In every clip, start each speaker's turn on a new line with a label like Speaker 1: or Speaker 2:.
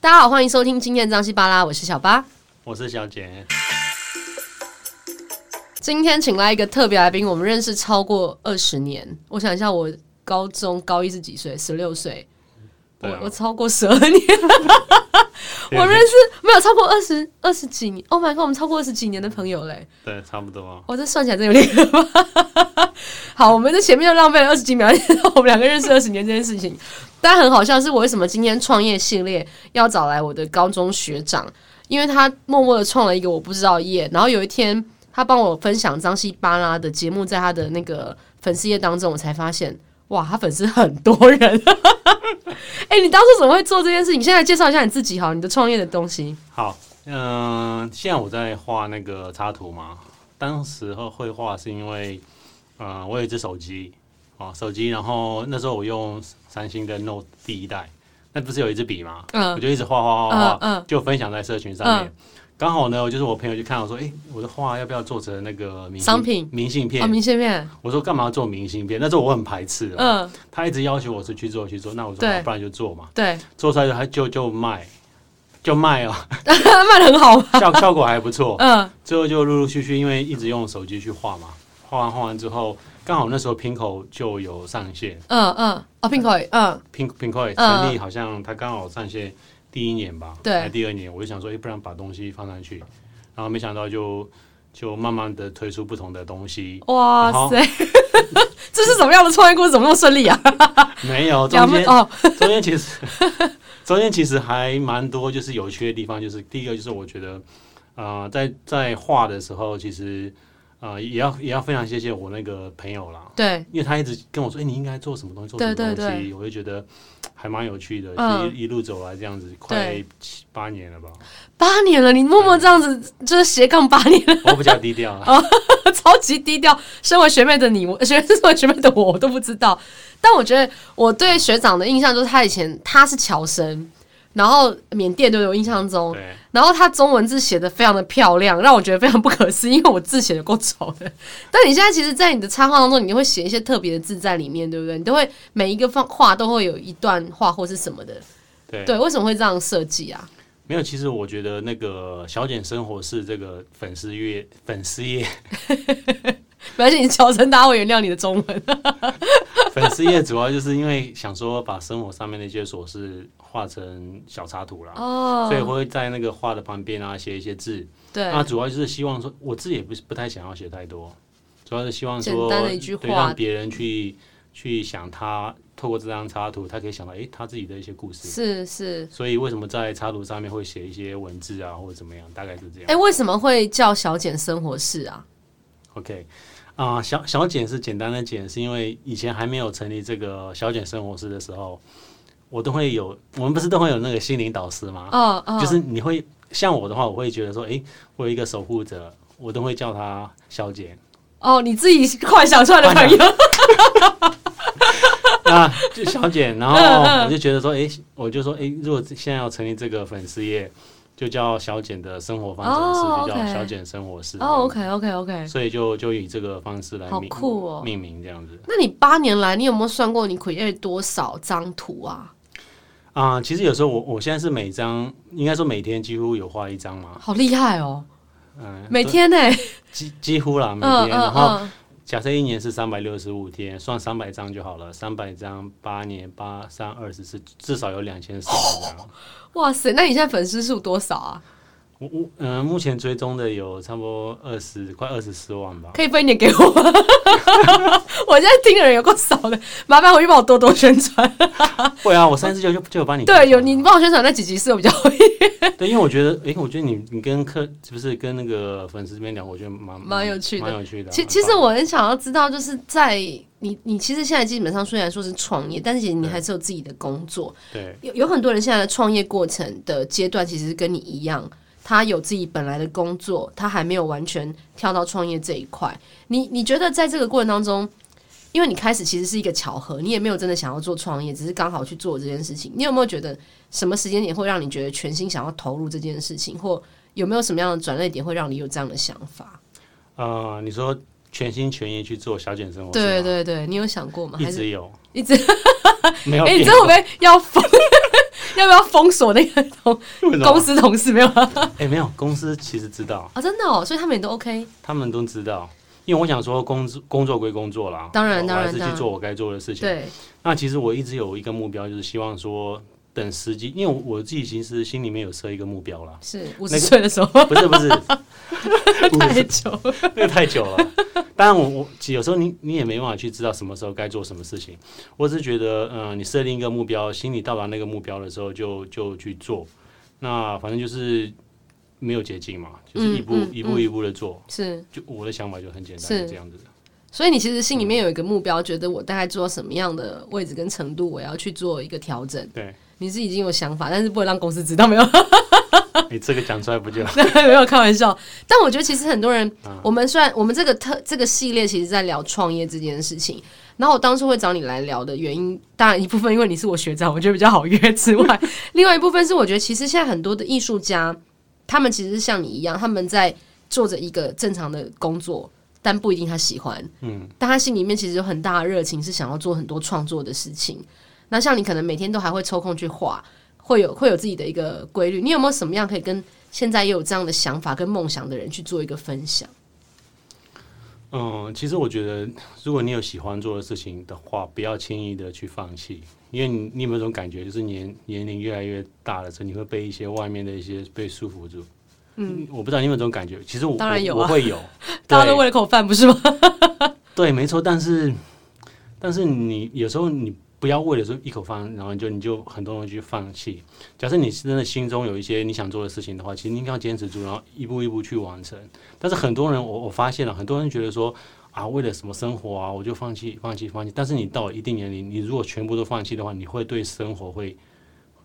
Speaker 1: 大家好，欢迎收听今天的张西巴拉，我是小巴。
Speaker 2: 我是小姐，
Speaker 1: 今天请来一个特别来宾，我们认识超过二十年。我想一下，我高中高一是几岁？十六岁。我
Speaker 2: 对啊
Speaker 1: 我超过十二年，我认识没有超过二十二十几年。Oh my god，我们超过二十几年的朋友嘞！
Speaker 2: 对，差不多。
Speaker 1: 哦我、这算起来真有点可怕。 好，我们在前面就浪费了二十几秒， 我们两个认识二十年这件事情。但很好笑是，我为什么今天创业系列要找来我的高中学长？因为他默默的创了一个我不知道的业，然后有一天他帮我分享张西巴拉的节目，在他的那个粉丝页当中，我才发现，哇，他粉丝很多人。 哎、你当初怎么会做这件事？你现在介绍一下你自己好，你的创业的东西。
Speaker 2: 好，嗯、现在我在画那个插图嘛，当时候会画是因为，呃，我有一只手机，哦，手机，然后那时候我用三星的 Note 第一代，那不是有一支笔嘛，
Speaker 1: 嗯
Speaker 2: 我就一直画画画画，
Speaker 1: 嗯嗯
Speaker 2: 就分享在社群上面。刚好呢，我就是我朋友就看到说，诶，我的画要不要做成那个明信
Speaker 1: 商品
Speaker 2: 明信片？
Speaker 1: 哦，明信片，
Speaker 2: 我说干嘛做明信片？那时候我很排斥、啊，
Speaker 1: 嗯，
Speaker 2: 他一直要求我是去做去做，那我说
Speaker 1: 对
Speaker 2: 好不然就做嘛。
Speaker 1: 对，
Speaker 2: 做出来就还就就卖，就卖哦，
Speaker 1: 卖的很好吗？
Speaker 2: 效效果还不错。
Speaker 1: 嗯。
Speaker 2: 最后就陆陆续续，因为一直用手机去画嘛，画完画完之后，刚好那时候 Pinko 就有上线
Speaker 1: 嗯嗯，哦 p i n k o 嗯，
Speaker 2: ，Pin Pinko 也
Speaker 1: 嗯
Speaker 2: 成立，好像它刚好上线第一年吧，
Speaker 1: 对，
Speaker 2: 还第二年，我就想说，哎，不然把东西放上去，然后没想到就就慢慢的推出不同的东西
Speaker 1: 哇塞， 这是什么样的创业故事？怎么那么顺利啊？
Speaker 2: 没有
Speaker 1: 两
Speaker 2: 中
Speaker 1: 分
Speaker 2: 间
Speaker 1: 哦，
Speaker 2: 中间其实中间其实还蛮多，就是有趣的地方。就是第一个就是我觉得，呃，在在画的时候，其实呃也要也要非常谢谢我那个朋友啦，
Speaker 1: 对，
Speaker 2: 因为他一直跟我说，哎、你应该做什么东西，做什么
Speaker 1: 对
Speaker 2: 东西，
Speaker 1: 对对
Speaker 2: 我就觉得还蛮有趣的。
Speaker 1: 嗯
Speaker 2: 一一路走来这样子，快七八年了吧，
Speaker 1: 八年了，你默默这样子就是斜杠八年了，
Speaker 2: 我比较低调啦。啊
Speaker 1: 超级低调。身为学妹的你，我 学身为学妹的我，我都不知道。但我觉得我对学长的印象就是他以前他是侨生，然后缅甸对我印象中，
Speaker 2: 对，
Speaker 1: 然后他中文字写的非常的漂亮，让我觉得非常不可思议，因为我字写的够丑的。但你现在其实，在你的插画当中，你会写一些特别的字在里面，对不对？你都会每一个放画都会有一段话或是什么的，
Speaker 2: 对，
Speaker 1: 对？为什么会这样设计 啊？
Speaker 2: 没有。其实我觉得那个小简生活是这个粉丝业粉丝业
Speaker 1: 没关系，你乔成大家会原谅你的中文。
Speaker 2: 粉丝页主要就是因为想说把生活上面的一些琐事画成小插图啦，所以
Speaker 1: 哦，
Speaker 2: 我会在那个画的旁边啊写一些字。
Speaker 1: 对，
Speaker 2: 那主要就是希望说，我自己也不是不太想要写太多，主要是希望
Speaker 1: 简
Speaker 2: 说
Speaker 1: 单的一句话
Speaker 2: 对让别人去去想他透过这张插图，他可以想到诶他自己的一些故事。
Speaker 1: 是是。
Speaker 2: 所以为什么在插图上面会写一些文字啊，或者怎么样，大概是这样。
Speaker 1: 哎、为什么会叫小简生活室啊？
Speaker 2: OK，啊、小小简是简单的简，是因为以前还没有成立这个小简生活室的时候，我都会有，我们不是都会有那个心灵导师吗？
Speaker 1: 哦哦，
Speaker 2: 啊就是你会像我的话，我会觉得说，诶，我有一个守护者，我都会叫她小简。
Speaker 1: 哦，你自己幻想出来的朋友，
Speaker 2: 啊，就小简，然后
Speaker 1: 嗯嗯
Speaker 2: 我就觉得说，诶，我就说，诶，如果现在要成立这个粉丝页，就叫小简的生活方程式，
Speaker 1: 哦
Speaker 2: 就叫
Speaker 1: OK
Speaker 2: 小简生活室。
Speaker 1: 哦，OK OK OK。
Speaker 2: 所以就就以这个方式来
Speaker 1: 好
Speaker 2: 命
Speaker 1: 酷哦
Speaker 2: 命名这样子。
Speaker 1: 那你八年来，你有没有算过你 create 多少张图啊？
Speaker 2: 啊、其实有时候我我现在是每张，应该说每天几乎有画一张嘛，
Speaker 1: 好厉害哦！
Speaker 2: 嗯，
Speaker 1: 每天呢、
Speaker 2: 几几乎啦，每
Speaker 1: 嗯
Speaker 2: 天。然
Speaker 1: 嗯
Speaker 2: 后
Speaker 1: 嗯，
Speaker 2: 假设一年是三百六十五天，算三百张就好了，三百张八年八三二十四，至少有两千四百张。
Speaker 1: 哇塞！那你现在粉丝数多少啊？
Speaker 2: 我我嗯、目前追踪的有差不多二十快二十四万吧。
Speaker 1: 可以分一点给我吗？ 我现在听的人有够少的，麻烦回去帮我多多宣 传。
Speaker 2: 会啊，我三十九就就有帮你
Speaker 1: 对，有
Speaker 2: 看
Speaker 1: 你
Speaker 2: 了
Speaker 1: 帮我宣传那几集是我比较会
Speaker 2: 对，因为我觉得，诶，我觉得你你跟客是不是跟那个粉丝这边聊，我觉得蛮
Speaker 1: 蛮有趣的
Speaker 2: 蛮有趣的 啊。
Speaker 1: 其
Speaker 2: 蛮
Speaker 1: 其实
Speaker 2: 棒的
Speaker 1: 我很想要知道，就是在你你其实现在基本上虽然说是创业，但是其实你
Speaker 2: 对
Speaker 1: 还是有自己的工作。
Speaker 2: 对
Speaker 1: 有有很多人现在的创业过程的阶段，其实跟你一样，他有自己本来的工作，他还没有完全跳到创业这一块。你你觉得在这个过程当中，因为你开始其实是一个巧合，你也没有真的想要做创业，只是刚好去做这件事情。你有没有觉得什么时间点会让你觉得全心想要投入这件事情，或有没有什么样的转捩点会让你有这样的想法？
Speaker 2: 啊，你说全心全意去做小简生活，是
Speaker 1: 对
Speaker 2: 吗
Speaker 1: 对对，你有想过吗？
Speaker 2: 一
Speaker 1: 还是
Speaker 2: 直有，
Speaker 1: 一直
Speaker 2: 没有
Speaker 1: 哎、
Speaker 2: 变
Speaker 1: 你这会不会要疯？要 不要封锁那个同
Speaker 2: 为什么
Speaker 1: 公司同事没有啊？
Speaker 2: 哎、没有，公司其实知道，
Speaker 1: 啊真的哦，所以他们也都 OK。
Speaker 2: 他们都知道。因为我想说工作工作归工作啦，
Speaker 1: 当然
Speaker 2: 我
Speaker 1: 当然
Speaker 2: 还是
Speaker 1: 当
Speaker 2: 去
Speaker 1: 然
Speaker 2: 做我该做的事情。
Speaker 1: 对，，
Speaker 2: 那其实我一直有一个目标，就是希望说等时机，因为我我自己其实心里面有设一个目标啦
Speaker 1: 是五
Speaker 2: 个
Speaker 1: 十岁的时候
Speaker 2: 不 是不是，
Speaker 1: 太久了，
Speaker 2: 那个太久了。当然我，我有时候你你也没办法去知道什么时候该做什么事情。我只是觉得，嗯、你设定一个目标，心里到达那个目标的时候就，就去做。那反正就是没有捷径嘛，就是一步、
Speaker 1: 嗯嗯
Speaker 2: 一步一步的做。
Speaker 1: 是。
Speaker 2: 就我的想法就很简单，
Speaker 1: 是
Speaker 2: 是这样子的。
Speaker 1: 所以你其实心里面有一个目标，觉得我大概做到什么样的位置跟程度，我要去做一个调整。
Speaker 2: 对，
Speaker 1: 你是已经有想法，但是不能让公司知道，没有
Speaker 2: 你哎这个讲出来不就？
Speaker 1: 没有开玩笑。但我觉得其实很多人，我们虽然我们这个特这个系列其实在聊创业这件事情，然后我当初会找你来聊的原因，当然一部分因为你是我学长，我觉得比较好约之外，另外一部分是我觉得其实现在很多的艺术家，他们其实是像你一样，他们在做着一个正常的工作。但不一定他喜欢，
Speaker 2: 嗯，
Speaker 1: 但他心里面其实有很大的热情，是想要做很多创作的事情。那像你可能每天都还会抽空去画，会有会有自己的一个规律。你有没有什么样可以跟现在也有这样的想法跟梦想的人去做一个分享？
Speaker 2: 嗯，其实我觉得，如果你有喜欢做的事情的话，不要轻易的去放弃，因为你你有没有一种感觉，就是年年龄越来越大的时候，你会被一些外面的一些被束缚住。嗯，我不知道你有没有这种感觉，其实我
Speaker 1: 当然
Speaker 2: 我
Speaker 1: 有啊，
Speaker 2: 我会有
Speaker 1: 大家都为了口饭不是吗？
Speaker 2: 对对，没错，但是但是你有时候你不要为了说一口饭，然后你就你就很多东西去放弃。假设你是真的心中有一些你想做的事情的话，其实你应该要坚持住，然后一步一步去完成。但是很多人，我我发现了，很多人觉得说啊，为了什么生活啊，我就放弃、放弃、放弃。但是你到了一定年龄，你如果全部都放弃的话，你会对生活会，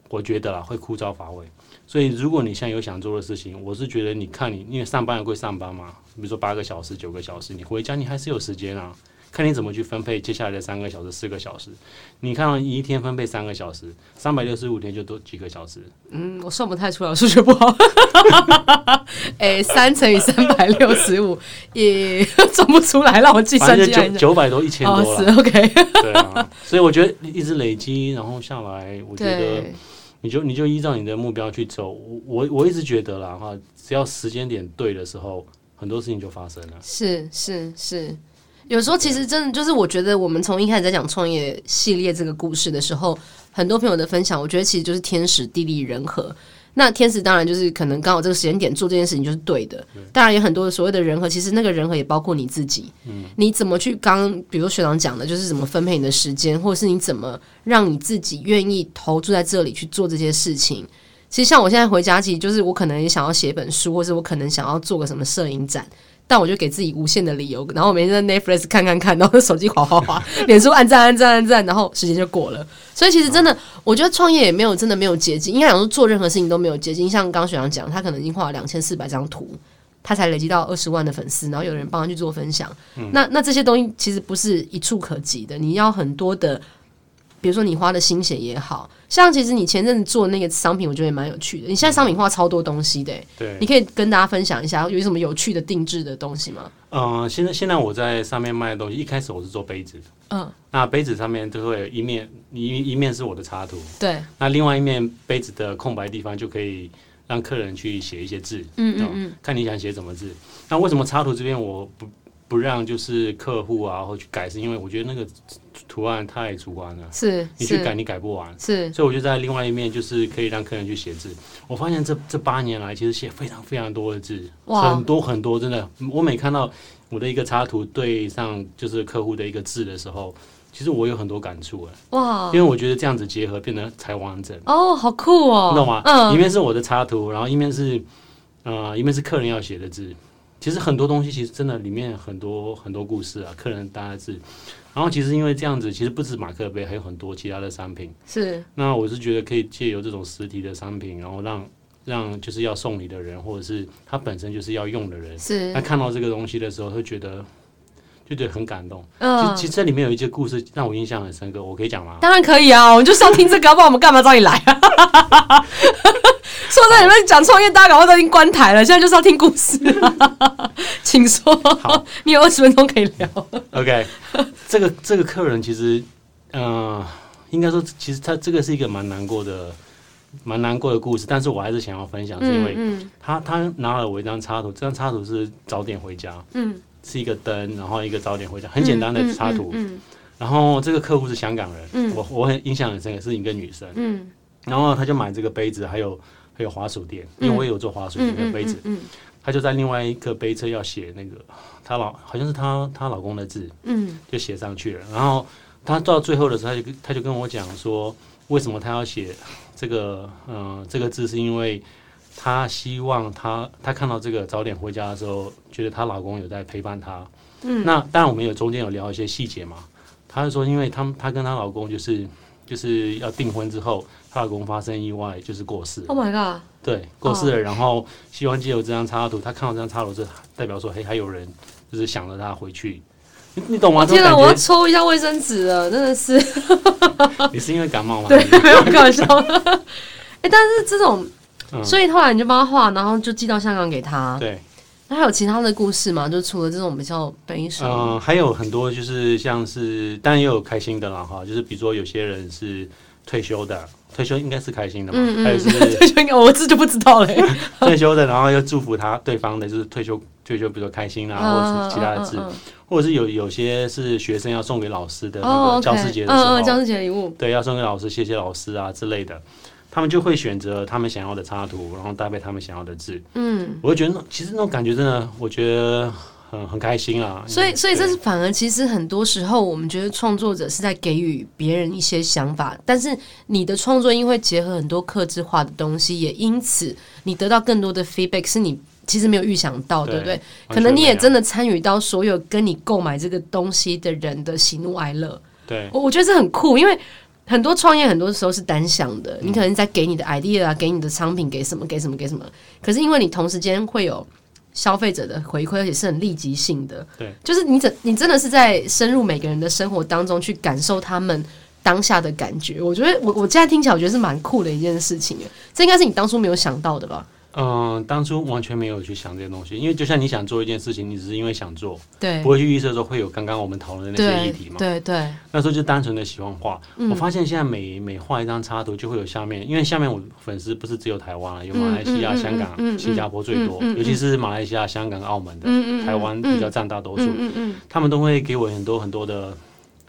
Speaker 2: 我觉得啦，会枯燥乏味。所以，如果你现在有想做的事情，我是觉得你看你，因为上班归上班嘛，比如说八个小时、九个小时，你回家你还是有时间啊，看你怎么去分配接下来的三个小时、四个小时。你看啊你一天分配三个小时，三百六十五天就多几个小时，
Speaker 1: 嗯，我算不太出来，我数学不好。 哎、三乘以三百六十五也 算不出来，让我计
Speaker 2: 反
Speaker 1: 算
Speaker 2: 正
Speaker 1: 机
Speaker 2: 就
Speaker 1: 来
Speaker 2: 九
Speaker 1: 讲。
Speaker 2: 九百多、一千多
Speaker 1: 哦，
Speaker 2: 了。
Speaker 1: 是 OK，
Speaker 2: 对啊，所以我觉得一直累积，然后下来，我觉得
Speaker 1: 对，
Speaker 2: 你就你就依照你的目标去走。我我我一直觉得啦哈，只要时间点对的时候，很多事情就发生了。
Speaker 1: 是是是，有时候其实真的就是，我觉得我们从一开始在讲创业系列这个故事的时候，很多朋友的分享，我觉得其实就是天时地利人和。那天时当然就是可能刚好这个时间点做这件事情就是对的，当然也很多所谓的人和，其实那个人和也包括你自己。你怎么去刚比如学长讲的，就是怎么分配你的时间，或者是你怎么让你自己愿意投注在这里去做这些事情。其实像我现在回家，其实就是我可能也想要写本书，或者我可能想要做个什么摄影展，但我就给自己无限的理由，然后我每天在 Netflix 看看 看，然后手机滑滑 滑，脸书按赞按赞按赞，然后时间就过了。所以其实真的，我觉得创业也没有真的没有捷径，应该讲说做任何事情都没有捷径。像刚刚学长讲，他可能已经画了两千四百张图，他才累积到二十万的粉丝，然后有人帮他去做分享。那那这些东西其实不是一触可及的，你要很多的。比如说你花的心血也好像，其实你前阵子做那个商品，我觉得也蛮有趣的。你现在商品画超多东西的、欸
Speaker 2: 对
Speaker 1: 你，可以跟大家分享一下有什么有趣的定制的东西吗？
Speaker 2: 嗯、现在现在我在上面卖的东西，一开始我是做杯子，
Speaker 1: 嗯，
Speaker 2: 那杯子上面就会有一面一一面是我的插图，
Speaker 1: 对，
Speaker 2: 那另外一面杯子的空白地方就可以让客人去写一些字，
Speaker 1: 嗯嗯
Speaker 2: 哦
Speaker 1: 嗯，
Speaker 2: 看你想写什么字。那为什么插图这边我不不让就是客户啊或去改，是因为我觉得那个图案太主观了，
Speaker 1: 是
Speaker 2: 你去改
Speaker 1: 是
Speaker 2: 你改不完。
Speaker 1: 是，
Speaker 2: 所以我就在另外一面，就是可以让客人去写字。我发现这这八年来，其实写非常非常多的字，
Speaker 1: 哇
Speaker 2: 很多很多，真的。我每看到我的一个插图对上就是客户的一个字的时候，其实我有很多感触哎，
Speaker 1: 哇
Speaker 2: 因，为我觉得这样子结合变得才完整。
Speaker 1: 哦，好酷哦，
Speaker 2: 你懂吗？一
Speaker 1: 嗯，
Speaker 2: 面是我的插图，然后一面是呃，一面是客人要写的字。其实很多东西，其实真的里面很多很多故事啊，客人搭的字。然后其实因为这样子，其实不止马克杯，还有很多其他的商品。
Speaker 1: 是
Speaker 2: 那我是觉得可以借由这种实体的商品，然后让让就是要送礼的人，或者是他本身就是要用的人，
Speaker 1: 是，
Speaker 2: 他看到这个东西的时候，会觉得就觉得很感动。其实
Speaker 1: 嗯
Speaker 2: 其，实这里面有一些故事让我印象很深刻，我可以讲吗？
Speaker 1: 当然可以啊，我们就是要听这个， 要不然我们干嘛找你来啊？ 说在你们讲创业，大家搞不好都已经关台了，现在就是要听故事啊 请说
Speaker 2: 好，
Speaker 1: 你有二十分钟可以聊。
Speaker 2: OK，这个这个呃客人其实，嗯、应该说，其实他这个是一个蛮难过的蛮难过的故事，但是我还是想要分享，是因为
Speaker 1: 嗯
Speaker 2: 他他拿了我一张插图，这张插图是早点回家，
Speaker 1: 嗯，
Speaker 2: 是一个灯，然后一个早点回家，很简单的插图。
Speaker 1: 嗯
Speaker 2: 然后这个客户是香港人，
Speaker 1: 嗯
Speaker 2: 我我很印象很深刻，是一个女生，
Speaker 1: 嗯
Speaker 2: 然后她就买这个杯子，还有还有滑鼠垫，因为我也有做滑鼠垫的
Speaker 1: 嗯
Speaker 2: 杯子，
Speaker 1: 嗯
Speaker 2: 她就在另外一个杯车要写那个她老好像是她她老公的字，
Speaker 1: 嗯
Speaker 2: 就写上去了。然后他到最后的时候，他就跟他就跟我讲说，为什么他要写这个嗯、呃这个字，是因为他希望他他看到这个早点回家的时候，觉得她老公有在陪伴她。
Speaker 1: 嗯
Speaker 2: 那当然我们有中间有聊一些细节嘛。她就说，因为他们她跟她老公就是就是要订婚之后，她老公发生意外就是过世了，
Speaker 1: ，Oh my god，
Speaker 2: 对，过世
Speaker 1: 哦
Speaker 2: 了。然后希望借由这张插图，她看到这张插图是代表说，嘿，还有人就是想着她回去。你你懂吗？这种
Speaker 1: 天
Speaker 2: 感
Speaker 1: 哪，
Speaker 2: 觉。
Speaker 1: 我要抽一下卫生纸了，真的是。
Speaker 2: 你是因为感冒吗？
Speaker 1: 对，没有搞 笑。哎、但是这种，
Speaker 2: 嗯
Speaker 1: 所以后来你就帮他画，然后就寄到香港给他。
Speaker 2: 对，
Speaker 1: 那还有其他的故事吗？就除了这种比较悲伤，
Speaker 2: 嗯，还有很多就是像是，当然也有开心的啦哈，就是比如说有些人是退休的，退休应该是开心的嘛，
Speaker 1: 嗯嗯
Speaker 2: 还有就是
Speaker 1: 这就应该我这就不知道嘞。
Speaker 2: 退休的，然后要祝福他对方的，就是退休退休，比如说开 心啊，或者是其他的字，
Speaker 1: 嗯嗯
Speaker 2: 或者是有有些是学生要送给老师的
Speaker 1: 嗯
Speaker 2: 那
Speaker 1: 哦
Speaker 2: 个
Speaker 1: ，OK，
Speaker 2: 教师节的时
Speaker 1: 嗯
Speaker 2: 候，
Speaker 1: 嗯，教师节礼物，
Speaker 2: 对，要送给老师，谢谢老师啊之类的。他们就会选择他们想要的插图，然后搭配他们想要的字。
Speaker 1: 嗯。
Speaker 2: 我会觉得那其实那种感觉真的，我觉得很很开心啊。
Speaker 1: 所以，所以
Speaker 2: 对
Speaker 1: 这是反而其实很多时候，我们觉得创作者是在给予别人一些想法，但是你的创作因为结合很多克制化的东西，也因此你得到更多的 feedback 是你其实没有预想到，对不对？可能你也真
Speaker 2: 的
Speaker 1: 的参与到所有跟你购买这个东西的人的喜怒哀乐，
Speaker 2: 对
Speaker 1: 我我觉得这很酷，因为很多创业很多时候是单向的，
Speaker 2: 嗯
Speaker 1: 你可能在给你的 idea 啊，给你的商品，给什么给什么给什么，可是因为你同时间会有消费者的回馈，而且是很立即性的，
Speaker 2: 对，
Speaker 1: 就是你整你真的是在深入每个人的生活当中去感受他们。当下的感觉，我觉得我我现在听起来，我觉得是蛮酷的一件事情耶。这应该是你当初没有想到的吧？
Speaker 2: 嗯，当初完全没有去想这些东西，因为就像你想做一件事情，你只是因为想做，
Speaker 1: 对
Speaker 2: 不，会去预设说会有刚刚我们讨论的那些议
Speaker 1: 对
Speaker 2: 题，嘛。
Speaker 1: 对，对，
Speaker 2: 那时候就单纯的喜欢画。
Speaker 1: 嗯
Speaker 2: 我发现现在每每画一张插图，就会有下面，因为下面我粉丝不是只有台湾啊，有马来西
Speaker 1: 嗯
Speaker 2: 亚、
Speaker 1: 嗯嗯
Speaker 2: 香港、
Speaker 1: 嗯嗯
Speaker 2: 新加坡最多，
Speaker 1: 嗯嗯嗯
Speaker 2: 尤其是马来西亚、香港、澳门的，
Speaker 1: 嗯嗯嗯
Speaker 2: 台湾比较占大多数，
Speaker 1: 嗯嗯，
Speaker 2: 他们都会给我很多很多的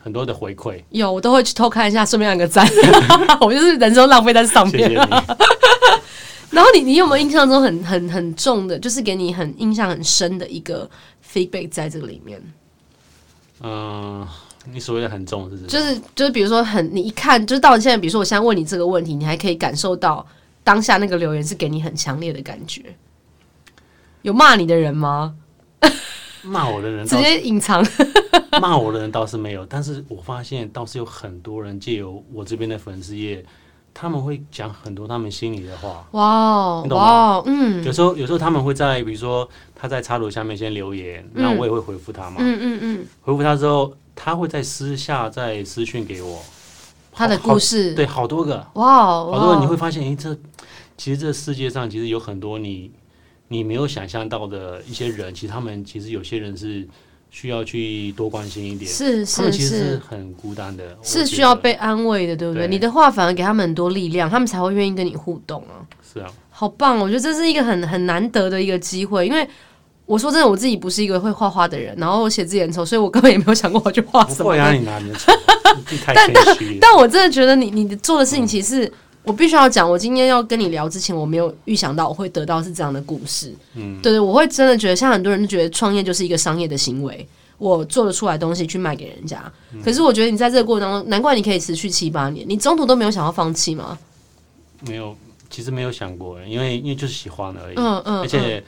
Speaker 2: 很多的回馈。
Speaker 1: 有，我都会去偷看一下，顺便按个赞。 我就是人生浪费在上
Speaker 2: 谢
Speaker 1: 面。
Speaker 2: 谢你。
Speaker 1: 然后你，你有没有印象中很很很重的，就是给你很印象很深的一个 feedback 在这个里面？
Speaker 2: 嗯，你所谓的很重是指
Speaker 1: 就是就是，比如说很，你一看就是到现在，比如说我现在问你这个问题，你还可以感受到当下那个留言是给你很强烈的感觉。有骂你的人吗？
Speaker 2: 骂我的人
Speaker 1: 直
Speaker 2: 倒
Speaker 1: 接隐 藏。
Speaker 2: 骂我的人倒是没有，但是我发现倒是有很多人借由我这边的粉丝页，他们会讲很多他们心里的话。
Speaker 1: 哇哦
Speaker 2: 你懂
Speaker 1: 哇
Speaker 2: 吗
Speaker 1: 哦，嗯
Speaker 2: 有时候，有时候他们会在，比如说他在插图下面先留言，那我也会回复他嘛。
Speaker 1: 嗯嗯嗯，
Speaker 2: 回复他之后，他会在私下再私讯给我
Speaker 1: 他的
Speaker 2: 好好
Speaker 1: 故事。
Speaker 2: 对，好多个，
Speaker 1: 哇哦，
Speaker 2: 好
Speaker 1: 嗯哇
Speaker 2: 多
Speaker 1: 哦
Speaker 2: 个，你会发现，诶，这其实这世界上其实有很多你你没有想象到的一些人，其实他们其实有些人是需要去多关心一点，
Speaker 1: 是
Speaker 2: 他们
Speaker 1: 是
Speaker 2: 其
Speaker 1: 是
Speaker 2: 实是。很孤单的，我
Speaker 1: 是
Speaker 2: 觉
Speaker 1: 需要
Speaker 2: 得
Speaker 1: 被安慰的，对不对？
Speaker 2: 对
Speaker 1: 你的话反而给他们很多力量，他们才会愿意跟你互动啊，
Speaker 2: 是啊，
Speaker 1: 好棒！哦我觉得这是一个很很难得的一个机会，因为我说真的，我自己不是一个会画画的人，然后我写字也很丑，所以我根本也没有想过我去画
Speaker 2: 不
Speaker 1: 什么
Speaker 2: 会
Speaker 1: 东
Speaker 2: 啊，
Speaker 1: 西。
Speaker 2: 你哪里丑？你自己太谦虚了。
Speaker 1: 但我真的觉得你你做的事情，其实是我必须要讲，我今天要跟你聊之前，我没有预想到我会得到是这样的故事。
Speaker 2: 嗯，
Speaker 1: 对对，我会真的觉得，像很多人就觉得创业就是一个商业的行为，我做得出来的东西去卖给人家。
Speaker 2: 嗯
Speaker 1: 可是我觉得你在这个过程当中，难怪你可以持续七八年，你中途都没有想要放弃吗？
Speaker 2: 没有，其实没有想过，因为因为就是喜欢而已。
Speaker 1: 嗯嗯，
Speaker 2: 而且，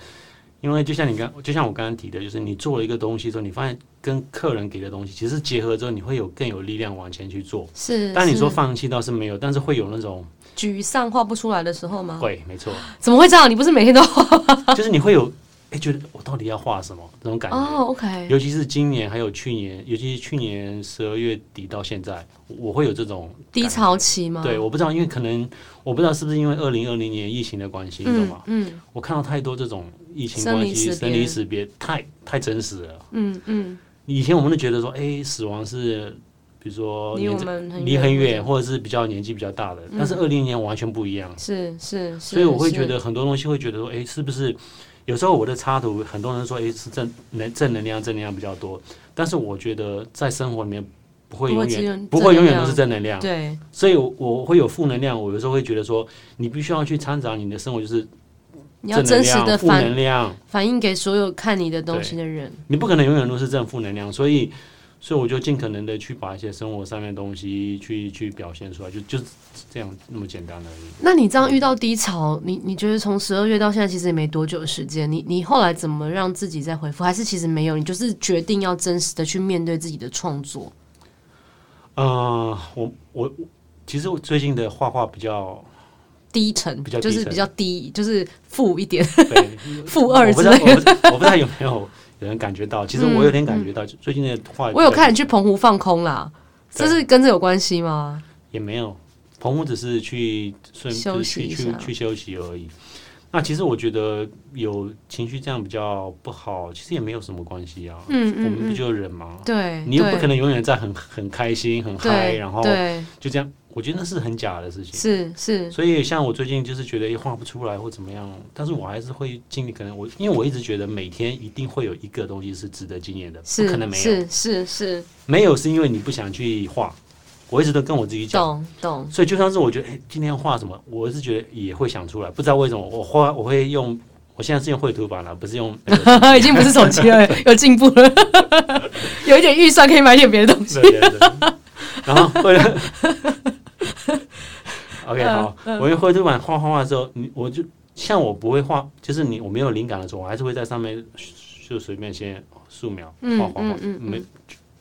Speaker 2: 因为就像你刚，就像我刚刚提的，就是你做了一个东西之后，你发现跟客人给的东西其实结合之后，你会有更有力量往前去做。
Speaker 1: 是，
Speaker 2: 但你说
Speaker 1: 是
Speaker 2: 放弃倒是没有，但是会有那种
Speaker 1: 沮丧画不出来的时候吗？
Speaker 2: 会，没错，
Speaker 1: 怎么会这样？你不是每天都画
Speaker 2: 就是你会有哎，觉得我到底要画什么这种感觉。
Speaker 1: 哦？OK，
Speaker 2: 尤其是今年，还有去年，尤其是去年十二月底到现在，我会有这种
Speaker 1: 低
Speaker 2: 感觉
Speaker 1: 潮期吗？
Speaker 2: 对，我不知道，因为可能我不知道是不是因为二零二零年疫情的关系，你懂
Speaker 1: 嗯
Speaker 2: 吗？
Speaker 1: 嗯
Speaker 2: 我看到太多这种疫情
Speaker 1: 生
Speaker 2: 关
Speaker 1: 离
Speaker 2: 系
Speaker 1: 死
Speaker 2: 生
Speaker 1: 别
Speaker 2: 离死别，太太真实了。
Speaker 1: 嗯嗯，
Speaker 2: 以前我们都觉得说，哎、死亡是比比如说
Speaker 1: 离
Speaker 2: 年
Speaker 1: 我
Speaker 2: 纪
Speaker 1: 们很
Speaker 2: 离很远，
Speaker 1: 远，
Speaker 2: 或者是比较年纪比较大的，但是二零年完全不一样，
Speaker 1: 是是嗯是，
Speaker 2: 所以我会觉
Speaker 1: 是
Speaker 2: 得很多东西会觉得说，哎，是不是有时候我的插图，很多人说，哎，是正能正能量，正能量比较多，但是我觉得在生活里面不会
Speaker 1: 不会
Speaker 2: 永
Speaker 1: 只有
Speaker 2: 远
Speaker 1: 正
Speaker 2: 不会永远
Speaker 1: 能
Speaker 2: 都是正能量，
Speaker 1: 对
Speaker 2: 所以我我会有负能量，我有时候会觉得说，你必须要去参照你的生活，就是
Speaker 1: 你要
Speaker 2: 正
Speaker 1: 真
Speaker 2: 能
Speaker 1: 实
Speaker 2: 量、
Speaker 1: 的
Speaker 2: 负
Speaker 1: 反
Speaker 2: 能量，
Speaker 1: 反映给所有看你的东西的人，
Speaker 2: 你不可能永远都是正负能量，所以，所以我就尽可能的去把一些生活上面的东西去去表现出来，就就这样那么简单而已。
Speaker 1: 那你这样遇到低潮，你你觉得从十二月到现在其实也没多久的时间，你你后来怎么让自己再恢复？还是其实没有，你就是决定要真实的去面对自己的创作？
Speaker 2: 呃，我我其实我最近的画画比较
Speaker 1: 低沉，
Speaker 2: 比较
Speaker 1: 就是
Speaker 2: 低沉
Speaker 1: 比较低，就是负一点，
Speaker 2: 对，
Speaker 1: 负
Speaker 2: 我
Speaker 1: 二
Speaker 2: 不
Speaker 1: 之
Speaker 2: 知道
Speaker 1: 类
Speaker 2: 我
Speaker 1: 的。
Speaker 2: 不知道我不知道有没有有人感觉到，其实我有点感觉到，就最近的画
Speaker 1: 嗯我有看你
Speaker 2: 就
Speaker 1: 去澎湖放空啦，这
Speaker 2: 对
Speaker 1: 是跟这有关系吗？
Speaker 2: 也没有，澎湖只是去顺
Speaker 1: 休
Speaker 2: 就是
Speaker 1: 息一
Speaker 2: 去去
Speaker 1: 下
Speaker 2: 去休息而已。那其实我觉得有情绪这样比较不好，其实也没有什么关系啊。
Speaker 1: 嗯
Speaker 2: 我们不
Speaker 1: 嗯嗯，
Speaker 2: 就人吗？
Speaker 1: 对，
Speaker 2: 你又不可
Speaker 1: 能
Speaker 2: 能永远在很很开心、很嗨，
Speaker 1: 对，
Speaker 2: 然后
Speaker 1: 对，
Speaker 2: 就这样，我觉得那是很假的事情。
Speaker 1: 是是，
Speaker 2: 所以像我最近就是觉得诶画不出来或怎么样，但是我还是会尽力，可能我因为我一直觉得每天一定会有一个东西是值得纪念的，不
Speaker 1: 是
Speaker 2: 可能没有，
Speaker 1: 是是是，
Speaker 2: 没有是因为你不想去画。我一直都跟我自己讲，
Speaker 1: 懂懂，
Speaker 2: 所以就算是我觉得哎、诶今天要画什么，我是觉得也会想出来，不知道为什么我画我会用，我现在是用绘图板了，不是用那 个
Speaker 1: 已经不是手机 了，有进步了， 有一点预算可以买点别的东西。
Speaker 2: 对对对，然后会。OK，好，
Speaker 1: 嗯
Speaker 2: 我用绘图板画画画的时候，你我就像我不会画，就是你我没有灵感的时候，我还是会在上面就随便先素描
Speaker 1: 嗯
Speaker 2: 画画画
Speaker 1: 嗯，嗯嗯
Speaker 2: 没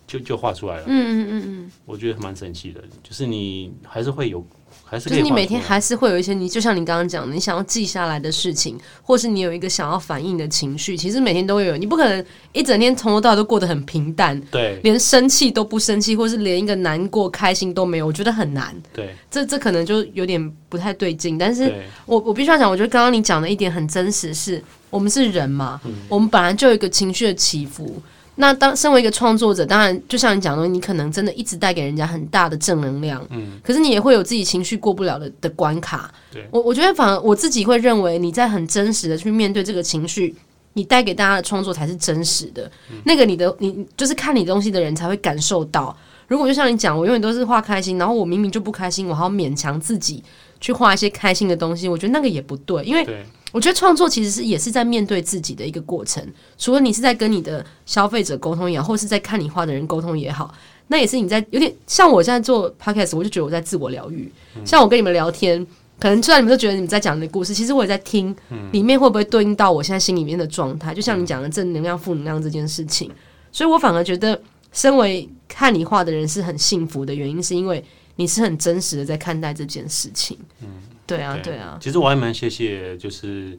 Speaker 2: 就就画出来了。
Speaker 1: 嗯嗯嗯
Speaker 2: 我觉得蛮神奇的，就是你还是会有，还是
Speaker 1: 嗯，就
Speaker 2: 可以
Speaker 1: 是你
Speaker 2: 画
Speaker 1: 每
Speaker 2: 出
Speaker 1: 天
Speaker 2: 来
Speaker 1: 还是会有一些，你就像你刚刚讲，的，你想要记下来的事情，或是你有一个想要反应的情绪，其实每天都会有。你不可能一整天从头到尾都过得很平淡，
Speaker 2: 对
Speaker 1: 连生气都不生气，或是连一个难过、开心都没有，我觉得很难。
Speaker 2: 对
Speaker 1: 这这可能就有点不太对劲，但是
Speaker 2: 对
Speaker 1: 我我必须要讲，我觉得刚刚你讲的一点很真实是，我们是人嘛，我们本来就有一个情绪的起伏。那当身为一个创作者，当然就像你讲的，你可能真的一直带给人家很大的正能量，嗯，可是你也会有自己情绪过不了的的关卡。
Speaker 2: 对
Speaker 1: 我我觉得反而我自己会认为，你在很真实的去面对这个情绪。你带给大家的创作才是真实的，那个你的你就是看你东西的人才会感受到。如果就像你讲，我永远都是画开心，然后我明明就不开心，我还要勉强自己去画一些开心的东西，我觉得那个也不对，因为
Speaker 2: 对
Speaker 1: 我觉得创作其实是也是在面对自己的一个过程，除了你是在跟你的消费者沟通也好，或是在看你画的人沟通也好，那也是你在有点像我现在做 podcast，我就觉得我在自我疗愈。像我跟你们聊天，可能虽然你们都觉得你们在讲你的故事，其实我也在听，里面会不会对应到我现在心里面的状态？就像你讲的正能量、负能量这件事情，所以我反而觉得，身为看你画的人是很幸福的原因，是因为你是很真实的在看待这件事情。嗯，对啊，对啊。
Speaker 2: 其实我还蛮谢谢，就是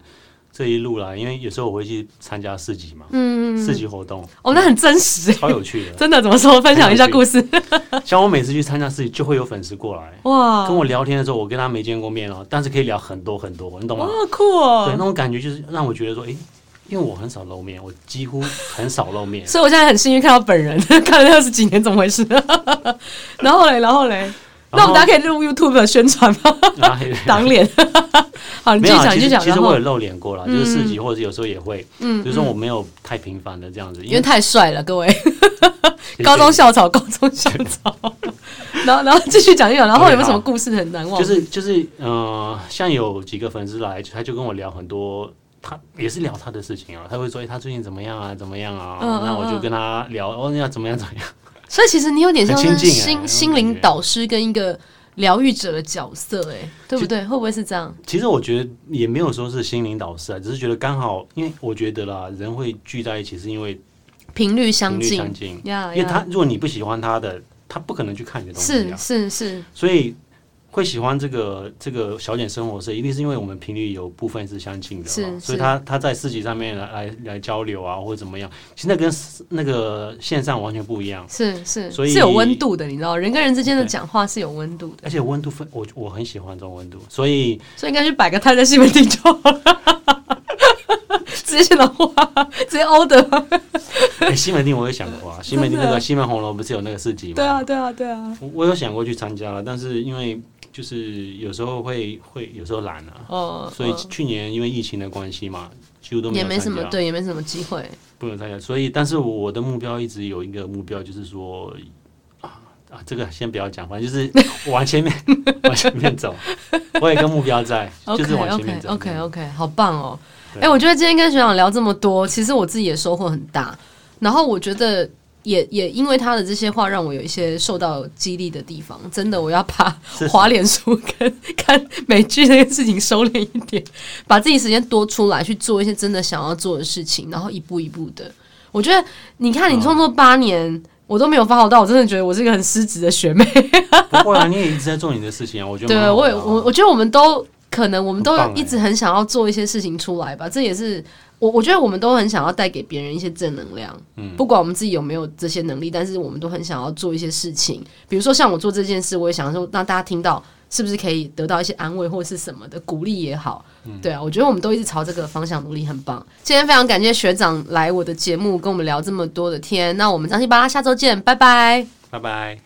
Speaker 2: 这一路啦，因为有时候我会去参加市集嘛，嗯，市集活动
Speaker 1: 哦，那很真实欸
Speaker 2: 超有趣的，
Speaker 1: 真的怎么说？分享一下故事。
Speaker 2: 像我每次去参加市集，就会有粉丝过来。
Speaker 1: 哇，
Speaker 2: 跟我聊天的时候，我跟他没见过面哦，但是可以聊很多很多，你懂
Speaker 1: 哇
Speaker 2: 吗？
Speaker 1: 好酷
Speaker 2: 对，那
Speaker 1: 哦！
Speaker 2: 种感觉就是让我觉得说，诶，因为我很少露面，我几乎很少 露面，
Speaker 1: 所以我现在很幸运看到本人， 看了二十几年，怎么回事？ 然后嘞，然后嘞，那我们大家可以入 YouTube 宣传吗？
Speaker 2: 然后
Speaker 1: 挡脸。 好，你
Speaker 2: 没
Speaker 1: 继
Speaker 2: 有
Speaker 1: 续
Speaker 2: 啊，
Speaker 1: 讲，
Speaker 2: 其
Speaker 1: 你继续
Speaker 2: 实
Speaker 1: 讲。
Speaker 2: 其实
Speaker 1: 然
Speaker 2: 我
Speaker 1: 后嗯
Speaker 2: 有，露脸过了，就是市集或者有时候也会，嗯，就是说我没有太频繁的这样子，
Speaker 1: 因为太帅了，各位，
Speaker 2: 谢谢
Speaker 1: 高中校草，高中校 草。然后，然后继续讲一讲，然后有没有什么
Speaker 2: 好
Speaker 1: 故事很难忘？
Speaker 2: 就是就是呃，像有几个粉丝来，他就跟我聊很多，他也是聊他的事情啊，他会说，诶，他最近怎么样啊，怎么样啊，
Speaker 1: 嗯嗯
Speaker 2: 那我就
Speaker 1: 嗯
Speaker 2: 跟他聊，哦，那怎么样怎么样，
Speaker 1: 所以其实你有点像
Speaker 2: 很
Speaker 1: 是
Speaker 2: 亲近欸那
Speaker 1: 心
Speaker 2: 种
Speaker 1: 心
Speaker 2: 感
Speaker 1: 灵
Speaker 2: 觉
Speaker 1: 导师跟一个疗愈者的角色，哎，对不对？会不会是这样？
Speaker 2: 其实我觉得也没有说是心灵导师啊，只是觉得刚好，因为我觉得啦，人会聚在一起是因为
Speaker 1: 频率
Speaker 2: 频
Speaker 1: 相
Speaker 2: 率
Speaker 1: 近，
Speaker 2: 相近，
Speaker 1: 哎呀
Speaker 2: 因
Speaker 1: 呀。
Speaker 2: 为他如果你不喜欢他的，他不可能去看你的东西
Speaker 1: 是
Speaker 2: 啊，
Speaker 1: 是是，
Speaker 2: 所以会喜欢这个这个小点生活社，一定是因为我们频率有部分是相近的嘛，
Speaker 1: 是
Speaker 2: 所
Speaker 1: 是
Speaker 2: 以他他在市集上面来来来交流啊，或者怎么样，其实那跟那个线上完全不一样，
Speaker 1: 是是，
Speaker 2: 所以
Speaker 1: 是有温度的，你知道，人跟人之间的
Speaker 2: 对
Speaker 1: 讲话是有温度的，
Speaker 2: 而且温度分我我很喜欢这种温度，所以
Speaker 1: 所以应该去摆个摊在西门町就好了。 直接现场画，直接 order，
Speaker 2: 哎西门町我也想过啊，啊，西门
Speaker 3: 真的
Speaker 2: 那个西门红楼不是有那个市集吗？
Speaker 3: 对啊，对啊，对啊，
Speaker 2: 我我有想过去参加了，但是因为就是有时候会会有时候懒啊，
Speaker 1: 哦，
Speaker 2: 所以
Speaker 1: 哦
Speaker 2: 去年因为疫情的关系嘛，几乎都没
Speaker 1: 也
Speaker 2: 有
Speaker 1: 没
Speaker 2: 参
Speaker 1: 什么
Speaker 2: 加，
Speaker 1: 对，也没什么机会。
Speaker 2: 不能参加。所以，但是我的目标一直有一个目标，就是说啊啊，这个先不要讲，反正就是 往前面往前面走。我有一个目标在，就是往前面
Speaker 1: OK
Speaker 2: 走。
Speaker 1: OK OK，好棒哦！哎、
Speaker 2: 对
Speaker 1: 我觉得今天跟学长聊这么多，其实我自己也收获很大。然后我觉得也也因为他的这些话，让我有一些受到激励的地方。真的，我要把
Speaker 2: 是
Speaker 1: 滑脸书跟看美剧这件事情收敛一点，把自己时间多出来去做一些真的想要做的事情，然后一步一步的。我觉得，你看你
Speaker 2: 嗯
Speaker 1: 创作八年，我都没有发好到，我真的觉得我是一个很失职的学妹。
Speaker 2: 不会啊，你也一直在做你的事情啊，我觉得蛮
Speaker 1: 对，
Speaker 2: 好
Speaker 1: 我
Speaker 2: 的
Speaker 1: 也
Speaker 2: 啊
Speaker 1: 我我觉得我们都可能我们都
Speaker 2: 很棒欸
Speaker 1: 一直很想要做一些事情出来吧，这也是我我觉得我们都很想要带给别人一些正能量，
Speaker 2: 嗯
Speaker 1: 不管我们自己有没有这些能力，但是我们都很想要做一些事情，比如说像我做这件事，我也想说让大家听到。是不是可以得到一些安慰或是什么的鼓励也好？
Speaker 2: 嗯
Speaker 1: 对啊，我觉得我们都一直朝这个方向努力，很棒。今天非常感谢学长来我的节目跟我们聊这么多的天，那我们张西巴拉下周见，拜拜。
Speaker 2: 拜拜。